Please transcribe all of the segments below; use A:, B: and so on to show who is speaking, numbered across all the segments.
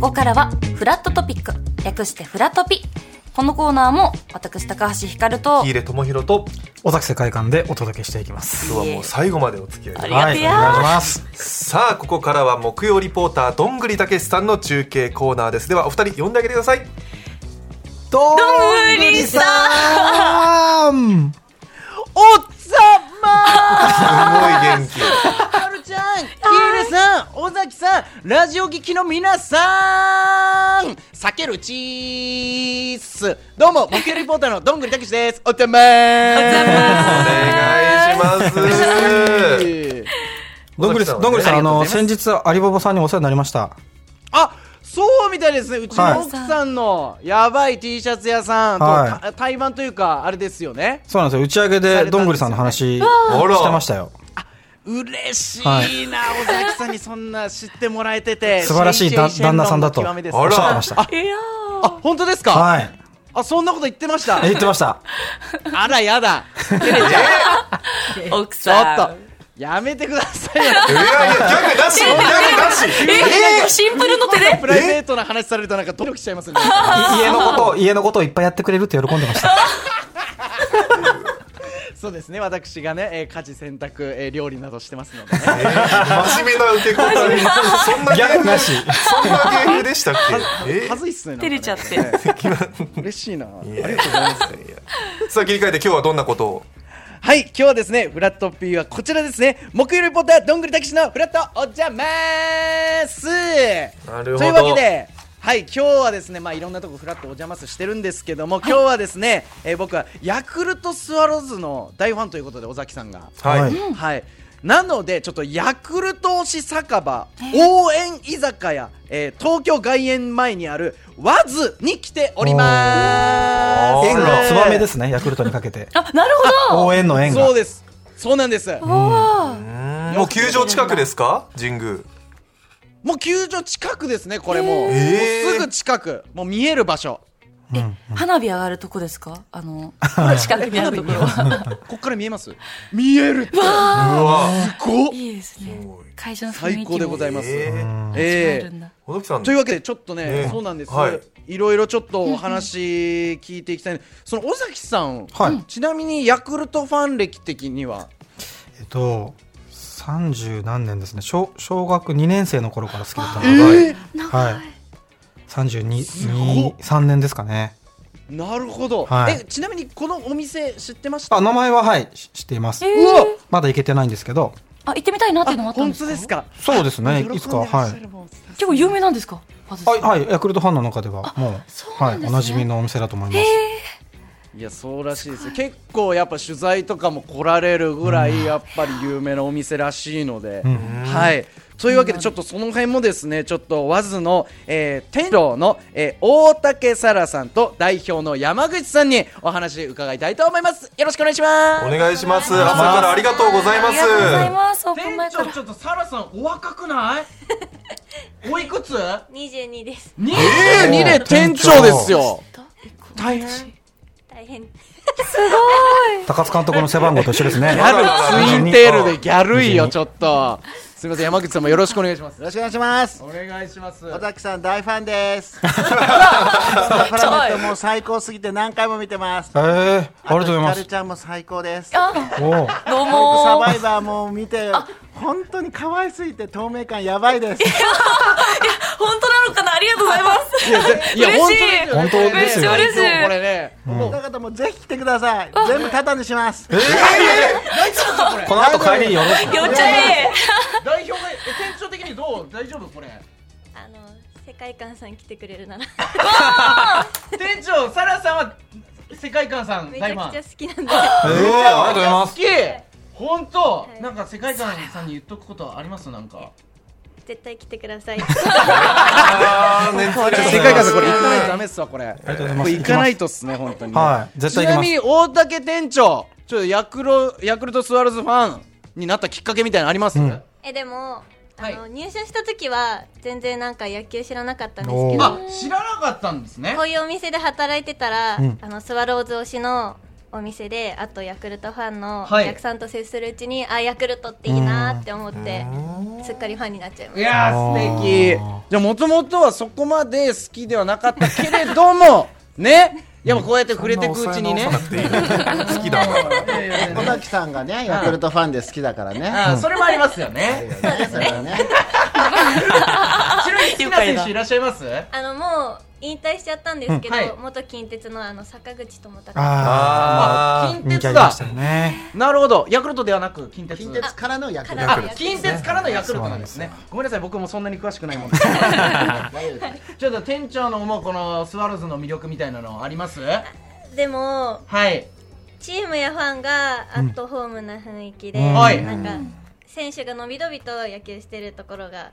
A: こからはフラットトピック略してフラトピこのコーナーも私高橋ひかると
B: 喜入智弘と
C: 尾崎世界観でお届けしていきます。
B: 今日はもう最後までお付き合いいただき
A: ありがとや
C: はい、お願いします。
B: さあここからは木曜リポーターどんぐりたけしさんの中継コーナーですではお二人呼んであげてくだ さい
C: ど
A: んぐりさ
C: ん。
D: おっさま
B: すごい
D: ー
B: 元気
D: はるちゃん、きえるさん、尾崎さん、ラジオ聞きの皆さん、避けるチース。どうも、木曜リポーターのどんぐりたけしです。おっちゃんまー
B: お願いします
D: す。
C: どんぐりさん、どんぐりさん、
D: あ
C: あ
D: りがとう
C: の、
D: ござい
C: 先
D: ます
C: 日、アリババさんにお世話になりました。
D: あそうみたいですね、うちの奥さんのやばい T シャツ屋さんと、
C: はい
D: た台湾というか、あれですよね、
C: そうなんですよ。打ち上げで、どんぐりさんの話、
B: あら
C: してましたよ。
D: 嬉しいな、尾崎さんにそんな知ってもらえてて、
C: 素晴らしいだ
D: シェイシェイシェイ
C: 旦那さんだと。お
D: の
C: っ
D: 極
C: し
D: みです
B: あら
C: ゃってました。
A: いや
D: あ本当ですか、
C: はい。
D: あそんなこと言ってました
C: え、言ってました。
D: あらやだ
A: ー 奥
D: ちょっ
A: さ
D: と
A: ん
D: やめてくださいよ
B: いやいやギャグなしギャグなし
A: えシンプルの手で
D: プライベートな話されるとなんか努力しちゃ いますね
C: い家のことを、家のことをいっぱいやってくれるって喜んでま した。
D: そうですね私がね、えー家事洗濯、えー料理などしてますので、ね、
B: 真面目な受け答えそんな
C: ギャグなし。
B: そんな芸風でしたっけえ
D: はずいっすねなんか
A: 照
D: ね
A: れちゃって
D: 嬉しいなはい
B: いやいやさあ切り替えて今日はどんなことを
D: 今日はですねフラット P はこちらですね木曜リポーターどんぐりたけしのフラットおじゃまーす
B: なるほど
D: というわけではい今日はですねまあいろんなとこフラットお邪魔すしてるんですけども今日はですね、えー僕はヤクルトスワローズの大ファンということで尾崎さんが
B: は
C: はいい
D: はい、なのでちょっとヤクルト推し酒場応援居酒屋、えー東京外苑前にあるワズに来ておりま
B: お
D: す
B: ー
C: 縁がツバメですすね、ヤクルトにかけて。
A: あなるほど
C: 応援の縁が
D: そう。ですそうなんです
B: もう球場近くですか神宮
D: もう球場近くですねこれもう,、
B: えー
D: もうすぐ近くもう見える場所
A: 花火上がるとこですかあの近くにあるところは
D: こっから見えます見えるって
B: うわ
D: すごっ
A: いいですね会場の雰囲気
D: 最
A: も
D: 高でございます、
B: えー
D: え
A: 味わえ
D: ー
A: るんだ
B: 小崎さん
D: というわけでちょっとね、
B: ね
D: そうなんです、
B: はい
D: い、ろいろちょっとお話聞いていきたい、その尾崎さん、
C: はい
D: ちなみにヤクルトファン歴的には
C: えっと、三十何年ですね。小小学2年生の頃から好きだったの
B: え
C: で、
B: ー
C: はい。三十二二三年ですかね。
D: なるほど、
C: はい
D: えちなみにこのお店知ってました
C: あ名前ははいし知っています
A: え。
D: うわ
A: ー
C: まだ行けてないんですけど、
A: あ行ってみたいなっていうのもあ
D: あ
A: ったん
D: 本
A: です
D: 当
A: か
D: ですか
C: そうですね。
D: 喜んで
C: いつか
D: ら
C: は
D: っしゃ
C: い。
D: るもん
A: 結構有名なんですか和津さん
C: はいはいヤクルトファンの中ではもう
A: そうな
C: は
A: ん
C: い
A: ですね
C: おなじみのお店だと思いま
A: へ
C: す。
D: いやそうらしいですよ結構やっぱ取材とかも来られるぐらいやっぱり有名なお店らしいので、はいというわけでちょっとその辺もですねちょっとわずの、えー、店長の、えー、大竹沙羅さんと代表の山口さんにお話伺いたいと思いますよろしくお願いします
B: お願いします朝からありがとうござい
A: あ
B: ま
A: りがとうござい
B: す
A: ますオープン前から
D: ょっと沙羅さんお若くない おいくつ
E: 二十二です。
D: 22で店長ですよ大変
E: 大変。
C: 高津監督の背番号と一緒ですね
D: ギ。ャルツインテールでギャルいよちょっとすみません山口さんもよろしくお願いします
F: よろしくお願いします
D: お願いします
F: 尾崎さん大ファンです スタープラネットもう最高すぎて何回も見てます
C: ええー、ありがとうございま
F: ひか
C: す。
F: るちゃんも最高です
A: あ
C: おおー。
A: どう
F: サ
A: も
F: バイバーも見て本当に可愛すぎて透明感やばいです
A: 本当なのかなありがとうございます
D: いや
A: 嬉しい
D: 本当ですよね
A: 本当ですよ
D: そうこれね
F: もうだからもうぜひ来てください全部タダにします
C: ええー。この後帰りによろしく。
A: よっちゃえ
D: 代表がえ店長的にどう大丈夫 これ
E: あの世界観さん来てくれるなら
D: 店長サラさんは世界観さん
E: めちゃ
D: 大ファン
E: くちゃ好き なん
C: ええ
E: で。
C: ー、ありがとうございます。
D: 好き本当
E: はい
D: なんか世界観さんに言っとくことありますなんか
E: 絶対来てくだ さい。
B: あーね
D: 世界観さんこれ行かないとダメっすわこれ
C: ありがとうございま
D: こ
C: す。
D: れ行かないとっすね本当にね
C: はい絶対
D: ち
C: 行き
D: な
C: ます
D: みに大竹店長ちょっとヤクロヤクルトスワローズファンになったきっかけみたいなのあります、
C: うん
E: えでも。あの、
D: は
E: 入社した時は全然なんか野球知らなかったんです
C: お
E: け
C: ー
E: ど
D: あ知らなかったんですね
E: こういうお店で働いてたら、
C: ん
E: あのスワローズ推しのお店であとヤクルトファンのお
D: はい
E: 客さんと接するうちに、あヤクルトっていいなって思ってすっかりファンになっちゃいま
D: い
E: した
D: やー素敵じゃあもともとはそこまで好きではなかったけれども ねやっぱこうやって触れてくうちに
B: そ
D: ね
B: んな抑え直さなくていい好きだわ
F: 小崎さんがねヤクルトファンで好きだからね
D: あーそれもありますよね
F: それはね
D: ちなみに好きな選手いらっしゃいます
E: あのもう引退しちゃったんですけど、
D: うんはい
E: 元近鉄のあの坂口智隆さん
C: あ
D: あ
B: あ
D: 近
C: ー人気あ
D: 鉄
C: りま
D: だ
C: したよね
D: なるほどヤクルトではなく近鉄
F: 近鉄からのヤクルト
B: ヤ
E: から
B: クルト
D: 近鉄からのヤクルトなんですねごめんなさい僕もそんなに詳しくない もんでちょっと店長の思うこのスワローズの魅力みたいなのあります
E: でも
D: はい
E: チームやファンがアットホームな雰囲気で、
C: うん
D: はい
E: なんか選手がのびのびと野球してるところが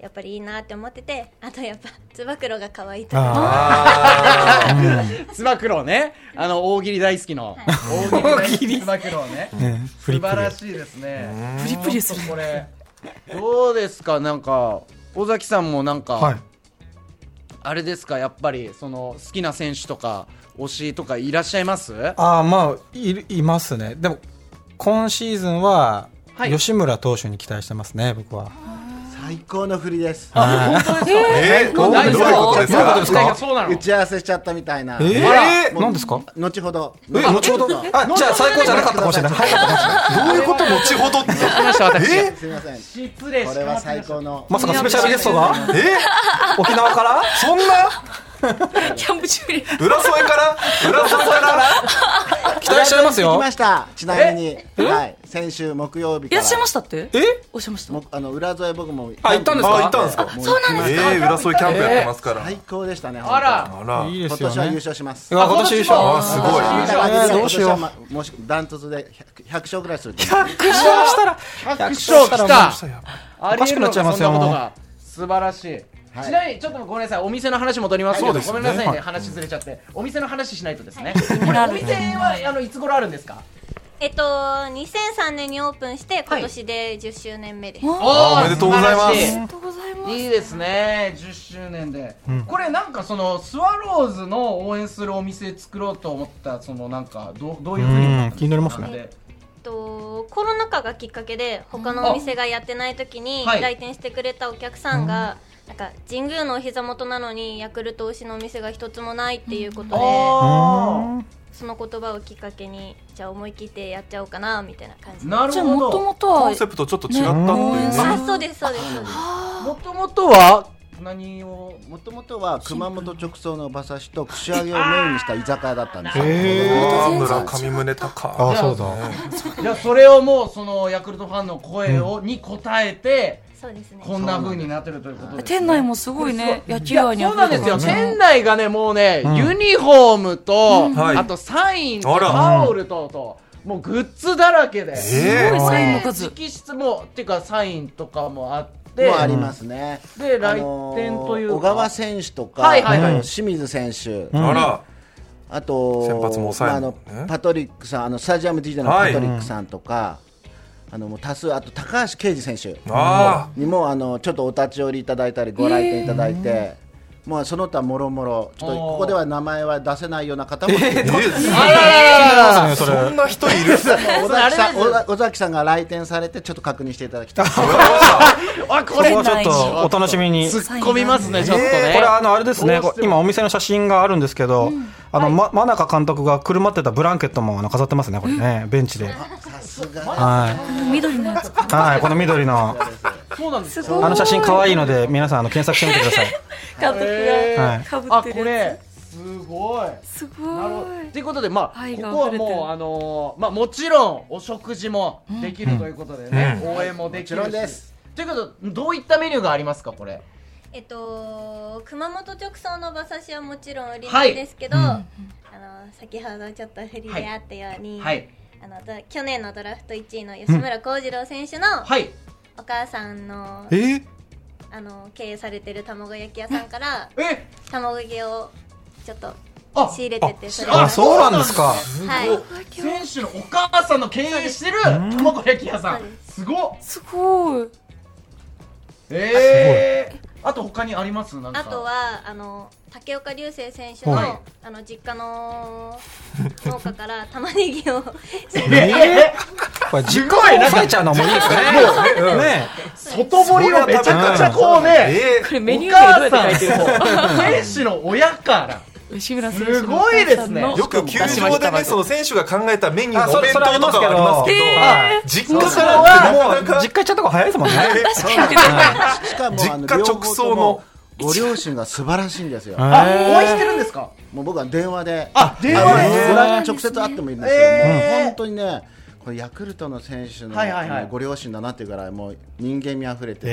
E: やっぱりいいなって思っててあとやっぱ つば九郎が可愛いとか
C: あ
B: あ
D: つば九郎ねあの大喜利大好きの大喜利つば九郎ね
C: ーねフリ
D: 素
C: ップ
D: 晴
C: で
D: らしいですね
A: プリプリする
D: ちょっとこれどうですかなんか尾崎さんもなんか、
C: はい
D: あれですかやっぱりその好きな選手とか推しとかいらっしゃいます
C: ああまあいるいますねでも今シーズンは
D: はい
C: 吉村投手に期待してますね、僕は。
F: 最高の振りです
C: あ
B: えーどうどういうことですか
D: いやそうなの
F: 打ち合わせしちゃったみたいな
C: えー、
D: あら
C: えー何ですか
F: 後ほど
C: え、後ほど。あ、じゃあ最高じゃなかったかもしれない。早かったかもしれない
B: どういうこと後ほどってえ
F: すみません
D: 失礼し
F: これは最高の
C: まさかスペシャルゲストが
B: え
C: 沖縄から
B: そんな
A: キャンプ中に
B: 浦添から浦添から
C: 期待しちゃいます
F: 来
C: よ
F: ま。したちなみにはい先週木曜日
A: い
F: から
A: らっしゃいましたって
C: え
A: おっしゃいました
F: もあの裏添え僕も
C: あ行ったんですか
B: あ行ったんですか
A: そうなんですか
B: えー浦添キャンプやってますから
F: 最高でしたね
D: あら
B: あら
C: いいで
F: 本
C: す
F: 当に今
C: よ
F: 年は優
C: ね。
F: 勝します
C: うわ今年優勝
D: あ
B: あーすごい
F: 今年
C: え
F: は
C: ーどうしよう
F: 今年はまもしダントツで 100, 100勝ぐらいすると思う
C: 100勝したら、100
D: 百勝来たあ
C: おかしくなっちゃいますよ
D: りえるのかそんなことが素晴らしい、
F: はい
D: ちなみにちょっとごめんなさいお店の話戻りますけ
B: そう
D: ど、
B: です
D: ご
B: ね
D: めんなさいね、
B: はい
D: 話ずれちゃってお店の話しないとですね、これお店はあのいつ頃あるんですか
E: えっと2003年にオープンして今年で10周年目です、
A: はい
D: お
B: ーおめでとうございます
A: ありがとうございます
D: いいですね10周年で、これなんかそのスワローズの応援するお店作ろうと思ったそのなんかどうどういうふうに思ったんですか
C: うん気になりますね
D: で
E: えっとコロナ禍がきっかけで他のお店がやってない時に
D: はい
E: 来店してくれたお客さんが、なんか神宮のお膝元なのにヤクルト推しのお店が一つもないっていうことで、
D: あ
E: その言葉をきっかけにじゃあ思い切ってやっちゃおうかなみたいな感じ
D: ー
E: で
D: なる
A: じゃあ
D: ほ
A: も
D: ど
A: ともと
B: コ
A: は
B: ンセプトちょっと違ったっていう
A: ね
B: ね
E: あそうですそうですそうです
D: もともとは何を
F: もともとは熊本直送の馬刺しと串揚げをメインにした居酒屋だったんですよ
C: え
B: あー村上宗
C: あ、
B: 隆
C: そうだ。
D: じゃあそれをもうそのヤクルトファンの声をに応えて
E: そうですね
D: こんな風になってるということですね
A: 店内もすごいね野球愛に
D: そうなんですよ
A: 溢れてる
D: 店内がねもうねユニフォームと
B: はい
D: あとサインと
B: あら
D: タオルとともうグッズだらけで
A: すごい
B: え
A: サインの数
D: 直筆もっていうかサインとかもあって
F: もありますね
D: で
F: あ
D: 来
F: の
D: 店というか
F: 小川選手とか
D: はいはいはい
F: あの清水選手
B: ーあら
F: あと
B: 先発も抑え
F: まあ
B: も
F: あの
B: ね
F: パトリックさんあのスタジアム DJ のパトリックさんとかあのもう多数あと高橋奎二選手
B: あ
F: にもあのちょっとお立ち寄りいただいたりご来店いただいて、まあその他もろもろちょっ
D: お
F: と
D: ー
F: ここでは名前は出せないような方も、
B: ーえー
D: あらららら
C: それ
B: そんな人いる
F: 尾崎さん
D: そうあれです
F: 尾尾崎さんが来店されてちょっと確認していただきたい。
D: あこ
C: これ
D: れ
C: はちょっとお楽しみに。
D: 突っ込みますねちょっと
C: え
D: ね
C: ーこれあのあれですね
D: どうしても
C: 今お店の写真があるんですけど、あのま真中監督がくるまってたブランケットもあの飾ってますねこれねベンチではい
A: 緑のやつ
C: はいこの緑の
D: そうなんですよ
C: あの写真可愛いので皆さんあの検索してみてください
A: 監督
C: は
A: が
C: い
A: かぶ
D: あ
A: って
D: こ
A: るや
D: れすごい
A: つすご
D: なるほど。ということで、まあ、
A: 愛
D: こ
A: が
D: こは
A: 溢れてる
D: もう、あのーまあ、もちろん、お食事もできるということでね、応援もできるし。
F: もちろんです
D: ということで、どういったメニューがありますか、これ。
E: えっと熊本直送の馬刺しはもちろん売り
D: はい
E: 物ですけど、あの先ほどちょっと振りであったように、
D: はい。
E: あのど去年のドラフト1位の吉村幸次郎選手の
D: はい。
E: お母さんの,、
B: えー
E: あの経営されてる卵焼き屋さんから
D: え
E: 卵焼きをちょっと
D: あ
E: 仕入れててそれ
C: あそうなんですか
E: はい
D: 選手のお母さんの経営してる卵焼き屋さん
E: そうで。
D: すごっ
A: すごい
D: えあと他にありますなんか
E: あとはあの竹岡流星選手の,、
C: はい
E: あの実家の農家から玉ねぎを
C: えこれ実家を抑えちゃうのもいいですね。もうね
D: 外堀をめちゃくちゃこうね
B: え
A: これメニュ
D: お
A: ー名ど
D: 母
A: うやっ
D: さ
A: て書いてるの
D: ん選 手の親から
A: 牛村選手
D: すごいですね
A: の
B: よく球場でね、その選手が考えたメニューのお
C: あ
B: 弁
C: それ
B: 当とかはありますけど、
C: え
B: 実家
D: そ
B: か
D: う
B: らってなかな
C: もう
B: か
C: 実家行っちゃった方が早いですもんね。
A: 確かにね
F: しかもあの
B: 実家直送の
F: 両方ともご両親が素晴らしいんですよ
C: え。
D: あ
C: ー
D: お会いしてるんですか
F: もう僕は電話で、
D: あ電話で
F: あの裏に直接会ってもいいんですよ。
D: えー
F: もう本当にね、これヤクルトの選手の
D: はいはいはい
F: ご両親だなっていうぐらいもう人間味あふれてて。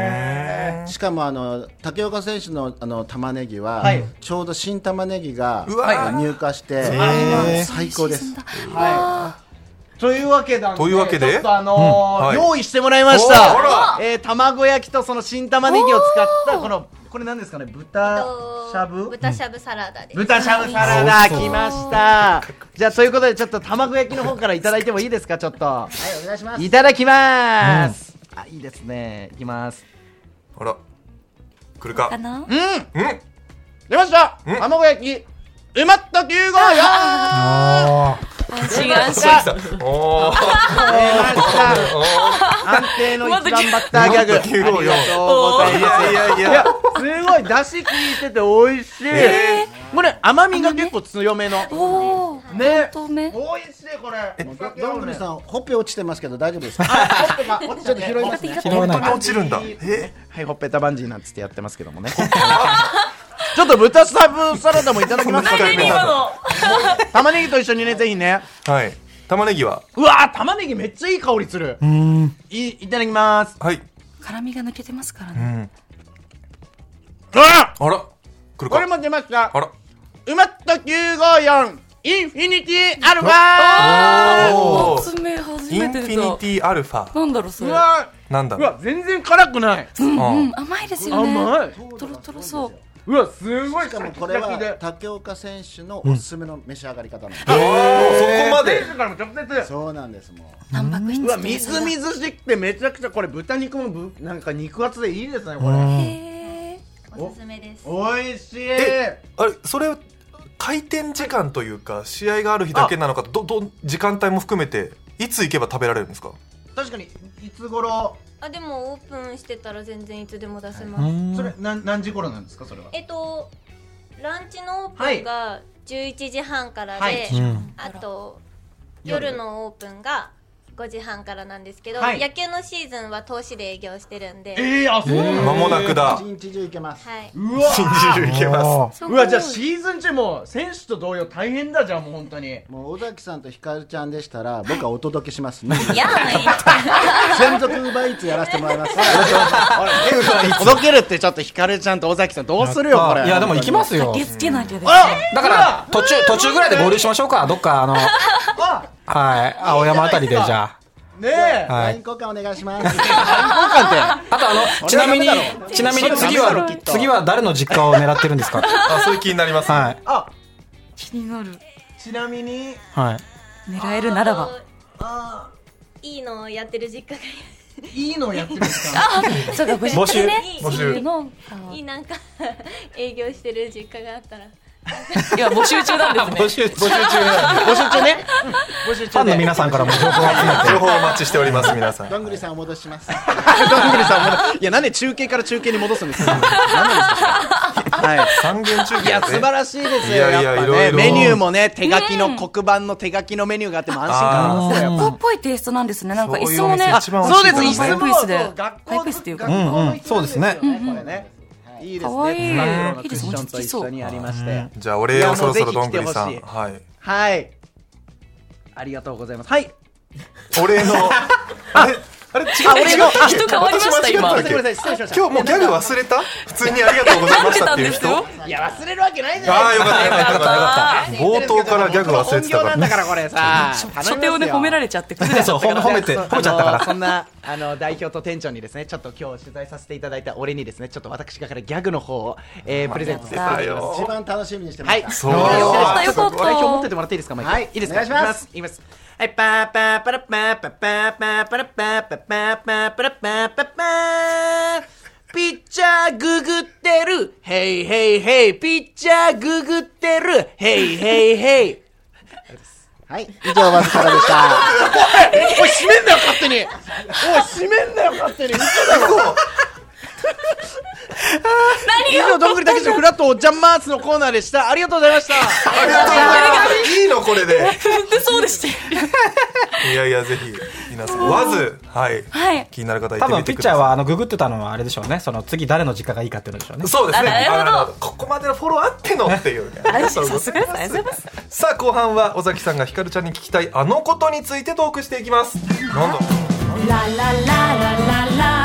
C: え
F: しかもあの竹岡選手のあの玉ねぎは、
D: はい
F: ちょうど新玉ねぎが
B: うわー
F: 入荷して、
C: ー
F: 最高です。
D: はい。というわけなんで、
B: というわけで
D: ちょっとあのー
B: うんはい
D: 用意してもらいまし
B: おー
D: た
B: あ。
D: えー、卵焼きとその新玉ねぎを使ったこのこれなんですかね、豚しゃぶ。
E: 豚しゃぶサラダです
D: 豚しゃぶサラダ来ました。じゃあということでちょっと卵焼きの方からいただいてもいいですか、ちょっと。はい、お願いします。いただきます。あ、いいですね。いきます。
B: あら、来るか。
A: かな
D: うん、
B: うん
D: 出ました。
B: うん
D: 卵焼き。埋まった9号よ
C: ー。あ
A: 安心安
B: 来た
A: 心
B: 来たおー
D: 出ました安定の一番バッターギャグ
B: また954
D: ありがとうございます
B: いやいやい
D: いや
B: や、
D: すごい、だし効いてて美味しい。
B: え
D: これ、甘みが結構強めの。
A: おお
D: ね。
A: 透明
D: 美味しい、これ。お酒
F: ど
D: 合
F: ん
D: う
F: ぐ
D: ね
F: りさん、ほっぺ落ちてますけど大丈夫ですか？
D: あほっぺが落ちちゃって拾いますね。
C: ー拾わない
B: 本当に落ちるんだ。え
D: はい、ほっぺたバンジーなんつってやってますけどもね。 ちょっと豚しゃぶサラダもいただき ます
B: そ
D: か
B: んな
D: ら
B: に
D: ね
B: 今の
D: 玉ねぎと一緒にね、ぜひね。
B: はい。玉ねぎは
D: うわー、玉ねぎめっちゃいい香りする。
C: ー
D: い、いただきます。
B: はい。
A: 辛みが抜けてますから
B: う
A: ね
B: ん。
D: うわ
B: あら、来る
D: これ
B: か。
D: も出ました
B: あ。ら、
D: うまっと954、インフィニティアルファ
B: おー
A: 発明初
B: イン
A: め
B: フ
A: て
B: ィ
A: 出
B: ニ
A: た
B: ティアルファ。
A: なんだろうそうれ
D: わ
B: なんだ
D: ーう
B: ろう
D: わ、全然辛くない。
B: うん
A: うん甘いですよね
D: 甘い。
A: とろとろそう
D: うわ、すごい。
F: しかもこれは竹岡選手のおすすめの召し上がり方なんです。
B: おーそこまで
D: 選手からも直接。
F: そうなんですも
A: 卵白質
D: うわ、みずみずしくてめちゃくちゃこれ豚肉もぶなんか肉厚でいいですねこれ。
A: へー
E: おすすめです
D: 美味しい。
B: えあれ、それ、開店時間というか、試合がある日だけなのか、ど、ど、時間帯も含めて、いつ行けば食べられるんですか
D: 確かにいつ頃
E: あでもオープンしてたら全然いつでも出せます、
D: それ
C: ー
D: 何何時頃なんですかそれは。
E: えっとランチのオープンが11時半からで、
D: はい
C: うん。
E: あと
D: 夜
E: 夜のオープンが5時半からなんですけど、
D: はい
E: 野球のシーズンは投資で営業してるんで、
D: えー、あそうなんだ
B: 間もなくだ
F: う。。一日中いけます。
E: はい、
D: うわ
B: 信じるいけます。
A: すごいう
D: わじゃあシーズン中も選手と同様大変だじゃあもう本 当に。
F: もう尾崎さんとひかるちゃんでしたら僕はお届け しますね。
A: や
F: 専属ウーバーイーツやらせてもらいます。
D: 届けるってちょっとひかるちゃんと尾崎さんどうするよこれ。
C: いやでも行きますよ
A: 気。付けなきゃです
D: あ
C: だ
D: ら
C: から途中途中ぐらいで合流しましょうか。どっかあの
D: あ
C: はい青山あたりでじゃあ。
D: ねえ。
C: は
F: ラ
C: い
F: イン。交換お願いします。
C: あとあのちなみにちなみに次
D: ダメだろき
C: は
D: っと
C: 次は誰の実家を狙ってるんですか。
B: あ、そういう気になります。
C: はい
D: あ
A: 気になる
D: ちなみに
C: はい。
A: 狙えるならば
D: あ
E: いいのをやってる実家が
D: いいのやってるんですか。
A: そうかご
C: 募
A: 実
C: 集
A: 家でね
B: 募集
A: いいのあ
E: いいなんか 営業してる実家があったら
A: いや募集中なんですね
C: 募集募集中。
D: 募集中ね。募集中で。
C: ファンの皆さんからも情報を集めて。
B: 情報お待ちしております、皆さん。
F: どんぐりさんお戻しします。
D: どんぐりさんもいやなんで中継から中継に戻すんですか。はい。
B: 三元中継
D: いや素晴
B: し
D: らしいですよ。
B: いやいや
D: やっぱ
B: いろい
D: ね
B: ろ
D: メニューもね手書きの黒板の手書きのメニューがあっても安心感ありますね。
A: 学校っぽいテイストなんですねなんか
B: そうい
A: 椅
B: う
A: 子もね
B: お店一番
A: あ
B: 美味
D: そう
B: し
D: で
B: い
D: す。
A: このパイ
D: 椅子も
A: プ椅子で
D: そう学
A: パイ
D: 校
A: プ椅子っていうか
D: 学校の椅子
C: うんうんそうですね
D: よこれね。いいですね。
A: 可愛い
D: ツナグロの
A: いい
D: ク
A: で
D: ッ
A: す
D: シ
A: ね
D: ョンと一緒にありまして。
B: じゃあお礼をそろそろ
D: いや
B: ど
D: も
B: ん
D: う
B: ぐ
D: ぜ
B: り
D: ひ来て
B: さ
D: ほし
B: ん
D: い
B: はい
D: はい。ありがとうございます。はい。
B: お礼のあれあれ違う
A: 俺
B: 違
A: の
B: う
A: 人変わりました
B: あ
A: 今
D: ご
B: 間違
D: め
B: えたっけ
D: んなさい失礼しました。
B: 今日もうギャグ忘れた普通にありがとうございましたっていう人
A: 食べてたん
D: いや忘れるわけないじゃない
B: ああよかったよかったよかった
D: 言ってるんで
B: 冒
D: すけど
B: 頭からギャグ忘れてた
D: 本業
B: か
D: なんだ
B: ら
D: からこれさ
A: 初手をね褒められちゃって崩れち
C: そ
A: ゃ
C: う
A: ったから
C: 褒めて褒めちゃったか
D: あのそ
C: ら。
D: んなあの代表と店長にですねちょっと今日取材させていただいた俺にですねちょっと私からギャグの方を、えー、プレゼントさせていただきます
F: 一番楽しみにしてま
D: は
F: し
D: い
F: た。
B: そう
D: よ
A: あよかった
D: これ表持っててもらっていいですかマイク
F: はい
D: いいですか
F: お願いします
D: いきますはいパーパーパラパーパーパーパーパラパーパーパーパーパラパーパーパーピッチャーググってるヘイヘイヘイピッチャーググってるヘイヘイヘイ
F: はい、以上、わずからでした。
D: おい、閉めんなよ、勝手におい、閉めんなよ、勝手に嘘だろ以上、どんぐりたけしのフラットおっちゃんマースのコーナーでした。ありがとうございました。
B: ありがとうございますいいのこれで
A: でそうでした
B: いやいやぜひ皆さんわずはい、
A: はい
B: 気になる方いて
C: 多分
B: み
C: ピ
B: て
C: ッ
B: く
C: チャ
B: だ
C: ー
B: さ
C: はあのググってたのはあれでしょうねその次誰の実家がいいかっていうのでしょうね
B: いそうですね
A: あなるほど
B: あここまでのフォローあってのっていうねありがとうございますさあ後半は尾崎さんがひかるちゃんに聞きたいあのことについてトークしていきますなんだ
G: ララララララ